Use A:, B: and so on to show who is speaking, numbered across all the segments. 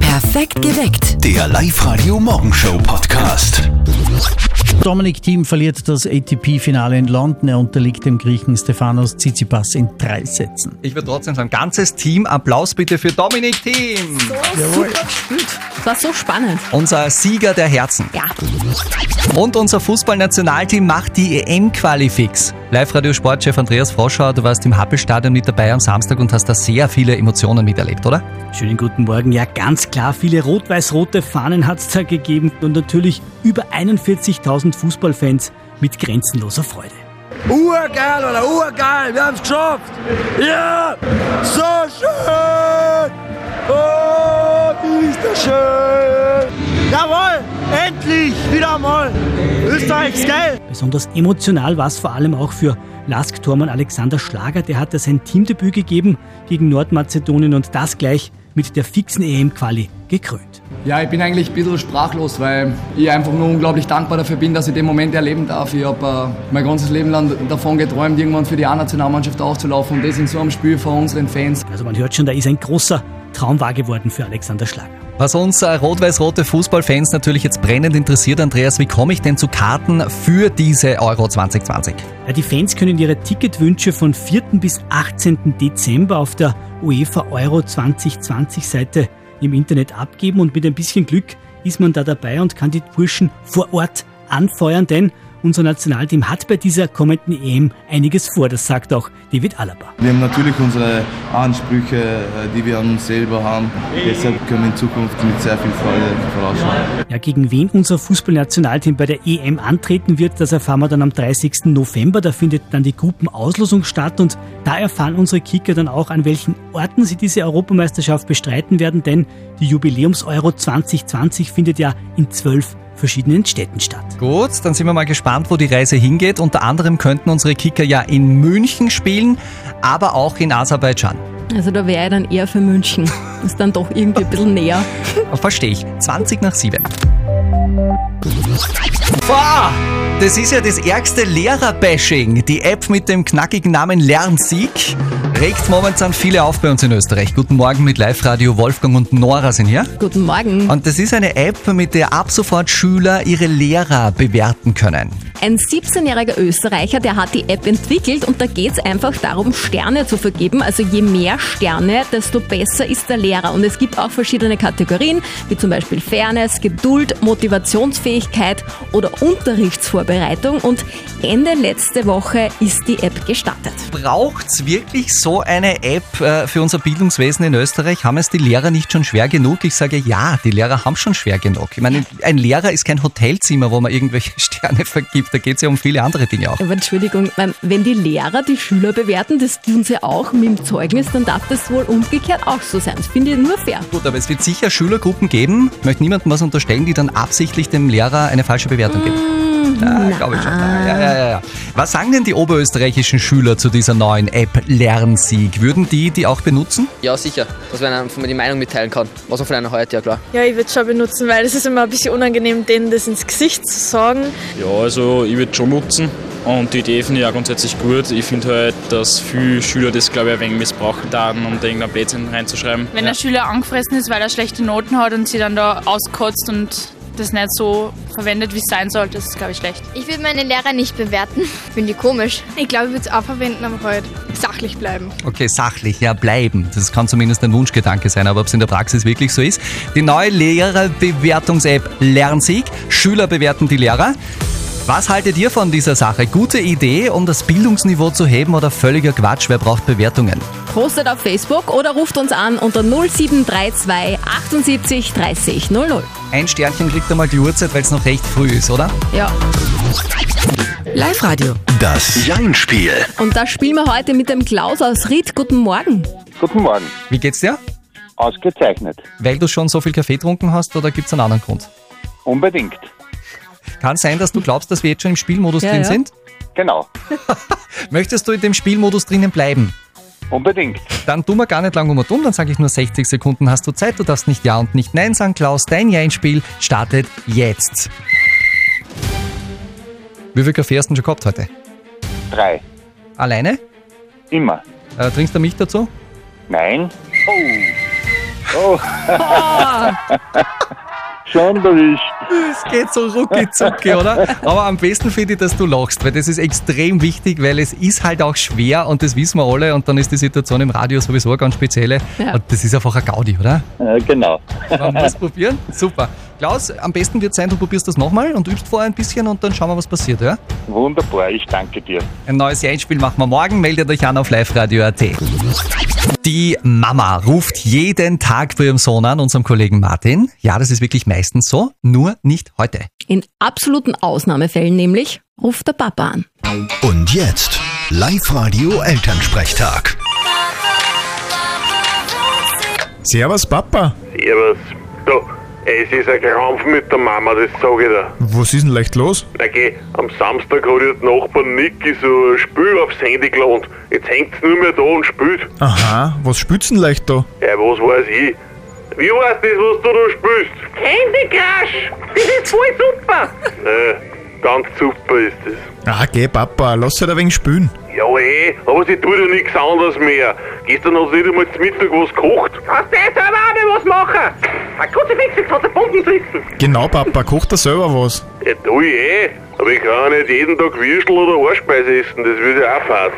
A: Perfekt geweckt.
B: Der Live-Radio Morgenshow Podcast.
C: Dominik Thiem verliert das ATP-Finale in London. Er unterliegt dem Griechen Stefanos Tsitsipas in drei Sätzen.
D: Ich würde trotzdem sagen, ganzes Team, Applaus bitte für Dominik Team.
E: Super gespielt. Es war so spannend.
D: Unser Sieger der Herzen.
E: Ja.
D: Und unser Fußballnationalteam macht die EM-Quali fix. Live-Radio-Sportchef Andreas Froschauer, du warst im Happelstadion mit dabei am Samstag und hast da sehr viele Emotionen miterlebt, oder?
F: Schönen guten Morgen. Ja, ganz klar, viele rot-weiß-rote Fahnen hat es da gegeben und natürlich über 41.000 Fußballfans mit grenzenloser Freude.
G: Urgeil oder urgeil, wir haben es geschafft. Ja, so schön. Oh, ist das schön. Jawohl, endlich, wieder einmal. Österreich ist geil.
F: Besonders emotional war es vor allem auch für Lask-Tormann Alexander Schlager. Der hat ja sein Teamdebüt gegeben gegen Nordmazedonien und das gleich mit der fixen EM-Quali gekrönt.
H: Ja, ich bin eigentlich ein bisschen sprachlos, weil ich einfach nur unglaublich dankbar dafür bin, dass ich den Moment erleben darf. Ich habe äh, mein ganzes Leben lang davon geträumt, irgendwann für die A-Nationalmannschaft aufzulaufen und das in so einem Spiel vor unseren Fans.
F: Also man hört schon, da ist ein großer Traum wahr geworden für Alexander Schlager.
D: Was uns äh, rot-weiß-rote Fußballfans natürlich jetzt brennend interessiert, Andreas, wie komme ich denn zu Karten für diese Euro 2020?
F: Ja, die Fans können ihre Ticketwünsche von 4. bis 18. Dezember auf der UEFA Euro 2020 Seite im Internet abgeben und mit ein bisschen Glück ist man da dabei und kann die Burschen vor Ort anfeuern, denn unser Nationalteam hat bei dieser kommenden EM einiges vor, das sagt auch David Alaba.
I: Wir haben natürlich unsere Ansprüche, äh, die wir an uns selber haben. Deshalb können wir in Zukunft mit sehr viel Freude vorausschauen.
F: Ja, gegen wen unser Fußballnationalteam bei der EM antreten wird, das erfahren wir dann am 30. November. Da findet dann die Gruppenauslosung statt und da erfahren unsere Kicker dann auch, an welchen Orten sie diese Europameisterschaft bestreiten werden, denn die Jubiläums-Euro 2020 findet ja in zwölf verschiedenen Städten statt.
D: Gut, dann sind wir mal gespannt, wo die Reise hingeht. Unter anderem könnten unsere Kicker ja in München spielen, aber auch in Aserbaidschan.
E: Also da wäre ich dann eher für München. Ist dann doch irgendwie ein bisschen näher.
D: Verstehe ich. 20 nach 7. Boah, das ist ja das ärgste Lehrerbashing. Die App mit dem knackigen Namen Lernsieg regt momentan viele auf bei uns in Österreich. Guten Morgen mit Live-Radio. Wolfgang und Nora sind hier.
E: Guten Morgen.
D: Und das ist eine App, mit der ab sofort Schüler ihre Lehrer bewerten können.
E: Ein 17-jähriger Österreicher, der hat die App entwickelt und da geht es einfach darum, Sterne zu vergeben. Also je mehr Sterne, desto besser ist der Lehrer. Und es gibt auch verschiedene Kategorien, wie zum Beispiel Fairness, Geduld, Motivationsfähigkeit oder Unterrichtsvorbereitung. Und Ende letzte Woche ist die App gestartet.
D: Braucht's wirklich so eine App äh, für unser Bildungswesen in Österreich? Haben es die Lehrer nicht schon schwer genug? Ich sage ja, die Lehrer haben schon schwer genug. Ich meine, ein Lehrer ist kein Hotelzimmer, wo man irgendwelche Sterne vergibt. Da geht es ja um viele andere Dinge auch.
E: Aber Entschuldigung, mein, wenn die Lehrer die Schüler bewerten, das tun sie auch mit dem Zeugnis, dann darf das wohl umgekehrt auch so sein. Das finde ich nur fair.
D: Gut, aber es wird sicher Schülergruppen geben, ich möchte niemandem was unterstellen, die dann absichtlich dem Lehrer eine falsche Bewertung geben. Ja, glaube ich schon. Ja, ja, ja, ja. Was sagen denn die oberösterreichischen Schüler zu dieser neuen App Lernsieg? Würden die die auch benutzen?
J: Ja, sicher, dass man einfach mal die Meinung mitteilen kann. Was man von einer heute, ja klar.
K: Ja, ich würde es schon benutzen, weil es ist immer ein bisschen unangenehm, denen das ins Gesicht zu sagen.
L: Ja, also ich würde schon nutzen. Und die Idee finde ich auch grundsätzlich gut. Ich finde halt, dass viele Schüler das, glaube ich, ein wenig missbrauchen, dann, um da irgendein Blödsinn reinzuschreiben.
M: Wenn der Schüler angefressen ist, weil er schlechte Noten hat und sie dann da auskotzt und das nicht so verwendet, wie es sein sollte, ist, glaube ich, schlecht.
N: Ich würde meine Lehrer nicht bewerten. Ich finde die komisch.
K: Ich glaube, ich würde es auch verwenden, aber heute sachlich bleiben.
D: Okay, sachlich, ja, bleiben. Das kann zumindest ein Wunschgedanke sein, aber ob es in der Praxis wirklich so ist. Die neue Lehrerbewertungs-App Lernsieg. Schüler bewerten die Lehrer. Was haltet ihr von dieser Sache? Gute Idee, um das Bildungsniveau zu heben oder völliger Quatsch? Wer braucht Bewertungen?
E: Postet auf Facebook oder ruft uns an unter 0732 78 30 00.
D: Ein Sternchen kriegt einmal die Uhrzeit, weil es noch recht früh ist, oder?
E: Ja.
A: Live-Radio.
B: Das Jein-Spiel.
E: Und da spielen wir heute mit dem Klaus aus Ried. Guten Morgen.
O: Guten Morgen.
D: Wie geht's dir?
O: Ausgezeichnet.
D: Weil du schon so viel Kaffee getrunken hast oder gibt es einen anderen Grund?
O: Unbedingt.
D: Kann sein, dass du glaubst, dass wir jetzt schon im Spielmodus
E: Ja,
D: drin
E: ja.
D: sind.
O: Genau.
D: Möchtest du in dem Spielmodus drinnen bleiben?
O: Unbedingt.
D: Dann tun wir gar nicht lang um und um, dann sage ich nur 60 Sekunden hast du Zeit, du darfst nicht Ja und nicht Nein sagen. Klaus, dein Ja-Spiel startet jetzt. Wie viel Kaffee hast du denn schon gehabt heute?
O: Drei.
D: Alleine?
O: Immer.
D: Äh, trinkst du mich dazu?
O: Nein. Oh. Oh. Schon erwischt.
D: Es geht so rucki zucki, oder? Aber am besten finde ich, dass du lachst, weil das ist extrem wichtig, weil es ist halt auch schwer und das wissen wir alle und dann ist die Situation im Radio sowieso eine ganz spezielle.
O: Ja.
D: Und das ist einfach ein Gaudi, oder?
O: Ja, genau.
D: Man muss probieren. Super. Klaus, am besten wird sein, du probierst das nochmal und übst vorher ein bisschen und dann schauen wir, was passiert, ja?
O: Wunderbar, ich danke dir.
D: Ein neues Einspiel machen wir morgen. Meldet euch an auf liveradio.at. Die Mama ruft jeden Tag bei ihrem Sohn an, unserem Kollegen Martin. Ja, das ist wirklich meistens so, nur nicht heute.
E: In absoluten Ausnahmefällen nämlich ruft der Papa an.
B: Und jetzt Live-Radio Elternsprechtag.
A: Servus, Papa.
P: Servus. Du, es ist ein Krampf mit der Mama, das sag ich dir.
A: Was ist denn leicht los?
P: Na geh, am Samstag hat ihr der Nachbar Niki so ein Spiel aufs Handy geladen. Jetzt hängt's nur mehr da und spielt.
A: Aha, was spützen leicht da?
P: Ja, was weiß ich. Wie weißt das, was du da spielst?
Q: Candy Crush! Das ist voll super!
P: Äh, ganz super ist das.
A: Ah, geh, Papa, lass halt ein wenig spülen.
P: Ja eh, aber sie tut ja nichts anderes mehr. Gestern hat sie nicht einmal zum Mittag was gekocht.
Q: Kannst du selber auch mal was machen? Ein Kruzifix, jetzt hat er Bunden sitzen.
A: Genau, Papa, kocht er selber was.
P: Ja tu ich eh, aber ich kann nicht jeden Tag Würstel oder Arschspeise essen, das würde ja auch fad.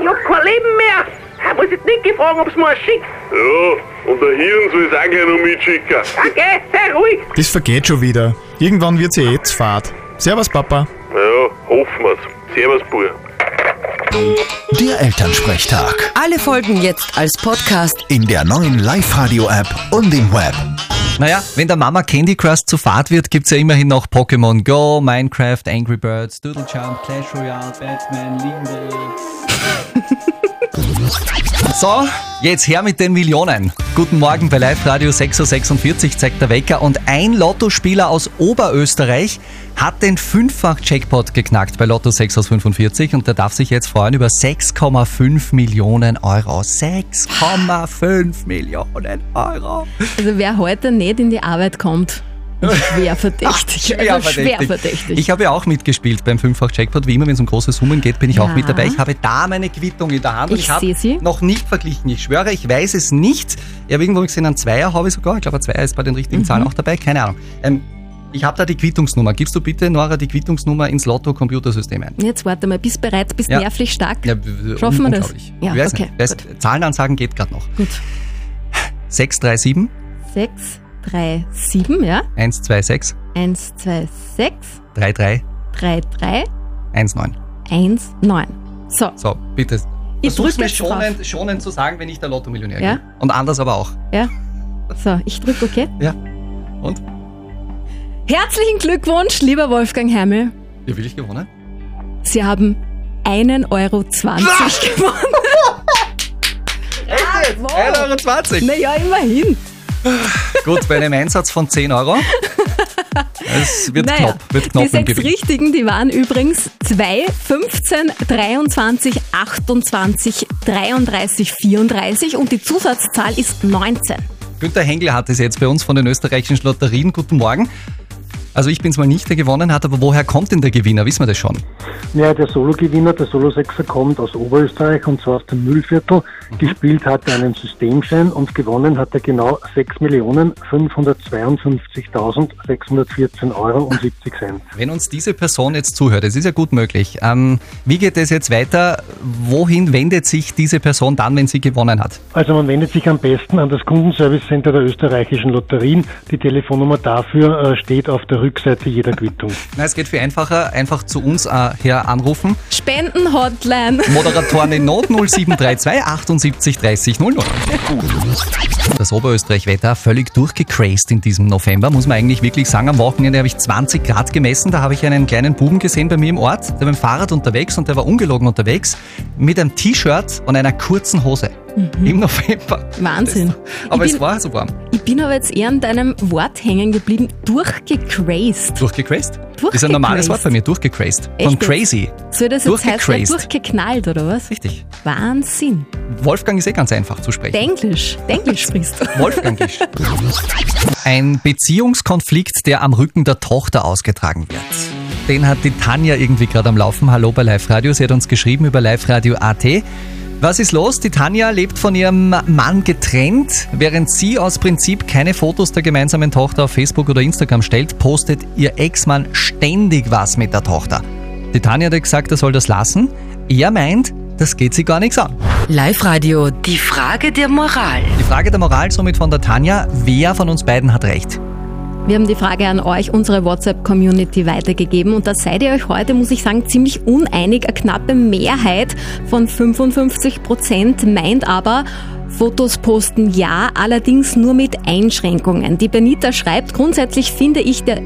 Q: Ich hab kein Leben mehr! Ich muss jetzt nicht fragen, ob's mir was schickt.
P: Ja, und der Hirn soll es auch gleich noch mitschicken.
Q: Okay, sei ruhig!
A: Das vergeht schon wieder. Irgendwann wird sie eh jetzt fad. Servus, Papa.
P: Ja, hoffen wir's. Servus, Bub.
B: Der Elternsprechtag.
R: Alle Folgen jetzt als Podcast.
B: In der neuen Live-Radio-App und im Web.
D: Naja, wenn der Mama Candy Crush zu fad wird, gibt's ja immerhin noch Pokémon Go, Minecraft, Angry Birds, Doodle Jump, Clash Royale, Batman, Limbo. So, jetzt her mit den Millionen. Guten Morgen bei Live Radio 6.46 Uhr zeigt der Wecker und ein Lottospieler aus Oberösterreich hat den Fünffach-Jackpot geknackt bei Lotto 6 aus 45 und der darf sich jetzt freuen über 6,5 Millionen Euro. 6,5 Millionen Euro.
E: Also wer heute nicht in die Arbeit kommt, ist schwer verdächtig.
D: Ja,
E: also schwer verdächtig.
D: Ich habe ja auch mitgespielt beim Fünffach-Jackpot. Wie immer, wenn es um große Summen geht, bin ich auch
E: Ja.
D: mit dabei. Ich habe da meine Quittung in der Hand. und
E: Ich
D: habe
E: sehe sie.
D: noch nicht verglichen. Ich schwöre, ich weiß es nicht. Ich habe irgendwo gesehen, ein Zweier habe ich sogar. Ich glaube, ein Zweier ist bei den
E: Mhm.
D: richtigen Zahlen auch dabei. Keine Ahnung. Ähm, ich habe da die Quittungsnummer. Gibst du bitte, Nora, die Quittungsnummer ins Lotto-Computersystem ein?
E: Jetzt warte mal, bist bereit, bist
D: Ja.
E: nervlich stark.
D: Ja, w-
E: Schaffen wir das?
D: unglaublich.
E: Ja,
D: ich weiß
E: okay,
D: nicht. Weißt, Zahlenansagen geht gerade noch.
E: Gut.
D: 637
E: 6, 3, 7, ja.
D: 126
E: 1, 2, 6,
D: 33
E: 3, 3,
D: 19.
E: 1, 9. So,
D: So, bitte.
E: Ich
D: Versuch's
E: drück
D: mir
E: jetzt
D: schonend, schonend zu sagen, wenn ich der Lotto-Millionär
E: Ja.
D: bin. Und anders aber auch.
E: ja. So, ich drücke okay.
D: Ja. Und?
E: Herzlichen Glückwunsch, lieber Wolfgang Heimel.
D: Wie will ich gewonnen?
E: Sie haben 1,20 Euro gewonnen.
D: Echt? 1,20 Euro.
E: Naja, immerhin.
D: Gut, bei einem Einsatz von 10 Euro. Es wird
E: Naja,
D: knapp, wird knapp
E: die
D: mit dem
E: sechs
D: Gewinn.
E: richtigen, die waren übrigens 2, 15, 23, 28, 33, 34 und die Zusatzzahl ist 19.
D: Günter Hengel hat es jetzt bei uns von den österreichischen Lotterien. Guten Morgen. Also ich bin's mal nicht, der gewonnen hat, aber woher kommt denn der Gewinner? Wissen wir das schon?
S: Ja, der Solo-Gewinner, der Solo-Sechser kommt aus Oberösterreich und zwar aus dem Mühlviertel. Gespielt hat er einen Systemschein und gewonnen hat er genau 6.552.614 Euro und 70 Cent.
D: Wenn uns diese Person jetzt zuhört, es ist ja gut möglich, ähm, wie geht es jetzt weiter? Wohin wendet sich diese Person dann, wenn sie gewonnen hat?
S: Also man wendet sich am besten an das Kundenservice Center der österreichischen Lotterien. Die Telefonnummer dafür äh, steht auf der Rückseite jeder Quittung.
D: Na, es geht viel einfacher, einfach zu uns äh, her anrufen.
E: Spendenhotline.
D: Moderatoren in Not 0732 78 30 00. Das Oberösterreich-Wetter völlig durchgecrazed in diesem November, muss man eigentlich wirklich sagen. Am Wochenende habe ich 20 Grad gemessen. Da habe ich einen kleinen Buben gesehen bei mir im Ort, der mit dem Fahrrad unterwegs und der war ungelogen unterwegs, mit einem T-Shirt und einer kurzen Hose. Im November.
E: Wahnsinn.
D: Aber
E: Mhm. Ich
D: es
E: bin-
D: war so warm.
E: Ich bin aber jetzt eher an deinem Wort hängen geblieben, durchgecrazed.
D: Durchgecrazed?
E: Durchgecrazed.
D: Ist ein normales Wort bei mir, durchgecrazed.
E: Echt
D: Von
E: jetzt?
D: crazy.
E: Soll das jetzt heißen,
D: Durchgecrazed.
E: durchgeknallt oder was?
D: Richtig.
E: Wahnsinn.
D: Wolfgang ist eh ganz einfach zu sprechen.
E: Denglisch, Denglisch sprichst du.
D: Wolfgang ist. Ein Beziehungskonflikt, der am Rücken der Tochter ausgetragen wird. Den hat die Tanja irgendwie gerade am Laufen. Hallo bei Live Radio. Sie hat uns geschrieben über liveradio.at. Was ist los? Die Tanja lebt von ihrem Mann getrennt. Während sie aus Prinzip keine Fotos der gemeinsamen Tochter auf Facebook oder Instagram stellt, postet ihr Ex-Mann ständig was mit der Tochter. Die Tanja hat gesagt, er soll das lassen. Er meint, das geht sie gar nichts an.
R: Live-Radio, die Frage der Moral.
D: Die Frage der Moral somit von der Tanja, wer von uns beiden hat recht?
E: Wir haben die Frage an euch, unsere WhatsApp-Community, weitergegeben und da seid ihr euch heute, muss ich sagen, ziemlich uneinig. Eine knappe Mehrheit von 55 Prozent meint aber, Fotos posten ja, allerdings nur mit Einschränkungen. Die Benita schreibt, grundsätzlich finde ich, der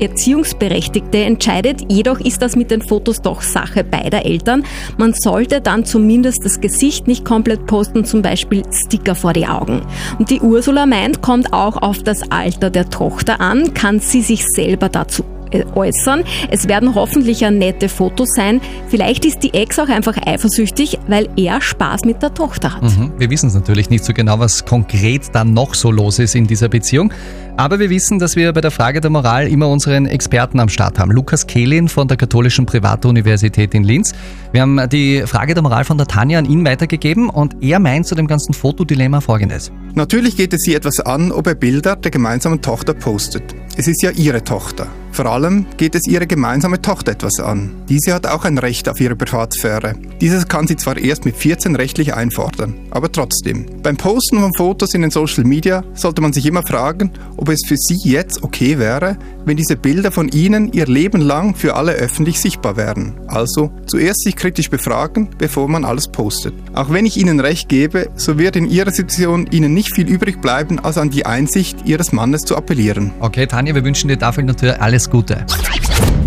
E: Erziehungsberechtigte entscheidet, jedoch ist das mit den Fotos doch Sache beider Eltern. Man sollte dann zumindest das Gesicht nicht komplett posten, zum Beispiel Sticker vor die Augen. Und die Ursula meint, kommt auch auf das Alter der Tochter an, kann sie sich selber dazu äh, äußern. Es werden hoffentlich ja nette Fotos sein. Vielleicht ist die Ex auch einfach eifersüchtig, weil er Spaß mit der Tochter hat.
D: Mhm. Wir wissen es natürlich nicht so genau, was konkret dann noch so los ist in dieser Beziehung. Aber wir wissen, dass wir bei der Frage der Moral immer unseren Experten am Start haben. Lukas Kehlin von der Katholischen Privatuniversität in Linz. Wir haben die Frage der Moral von der Tanja an ihn weitergegeben und er meint zu dem ganzen Fotodilemma folgendes.
T: Natürlich geht es sie etwas an, ob er Bilder der gemeinsamen Tochter postet. Es ist ja ihre Tochter. Vor allem geht es ihre gemeinsame Tochter etwas an. Diese hat auch ein Recht auf ihre Privatsphäre. Dieses kann sie zwar erst mit 14 rechtlich einfordern, aber trotzdem. Beim Posten von Fotos in den Social Media sollte man sich immer fragen, ob es für sie jetzt okay wäre, wenn diese Bilder von ihnen ihr Leben lang für alle öffentlich sichtbar wären. Also zuerst sich kritisch befragen, bevor man alles postet. Auch wenn ich ihnen recht gebe, so wird in ihrer Situation ihnen nicht viel übrig bleiben, als an die Einsicht ihres Mannes zu appellieren.
D: Okay, Tanja, wir wünschen dir dafür natürlich alles Gute.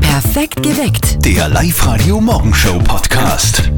R: Perfekt geweckt.
B: Der Live-Radio Morgenshow Podcast.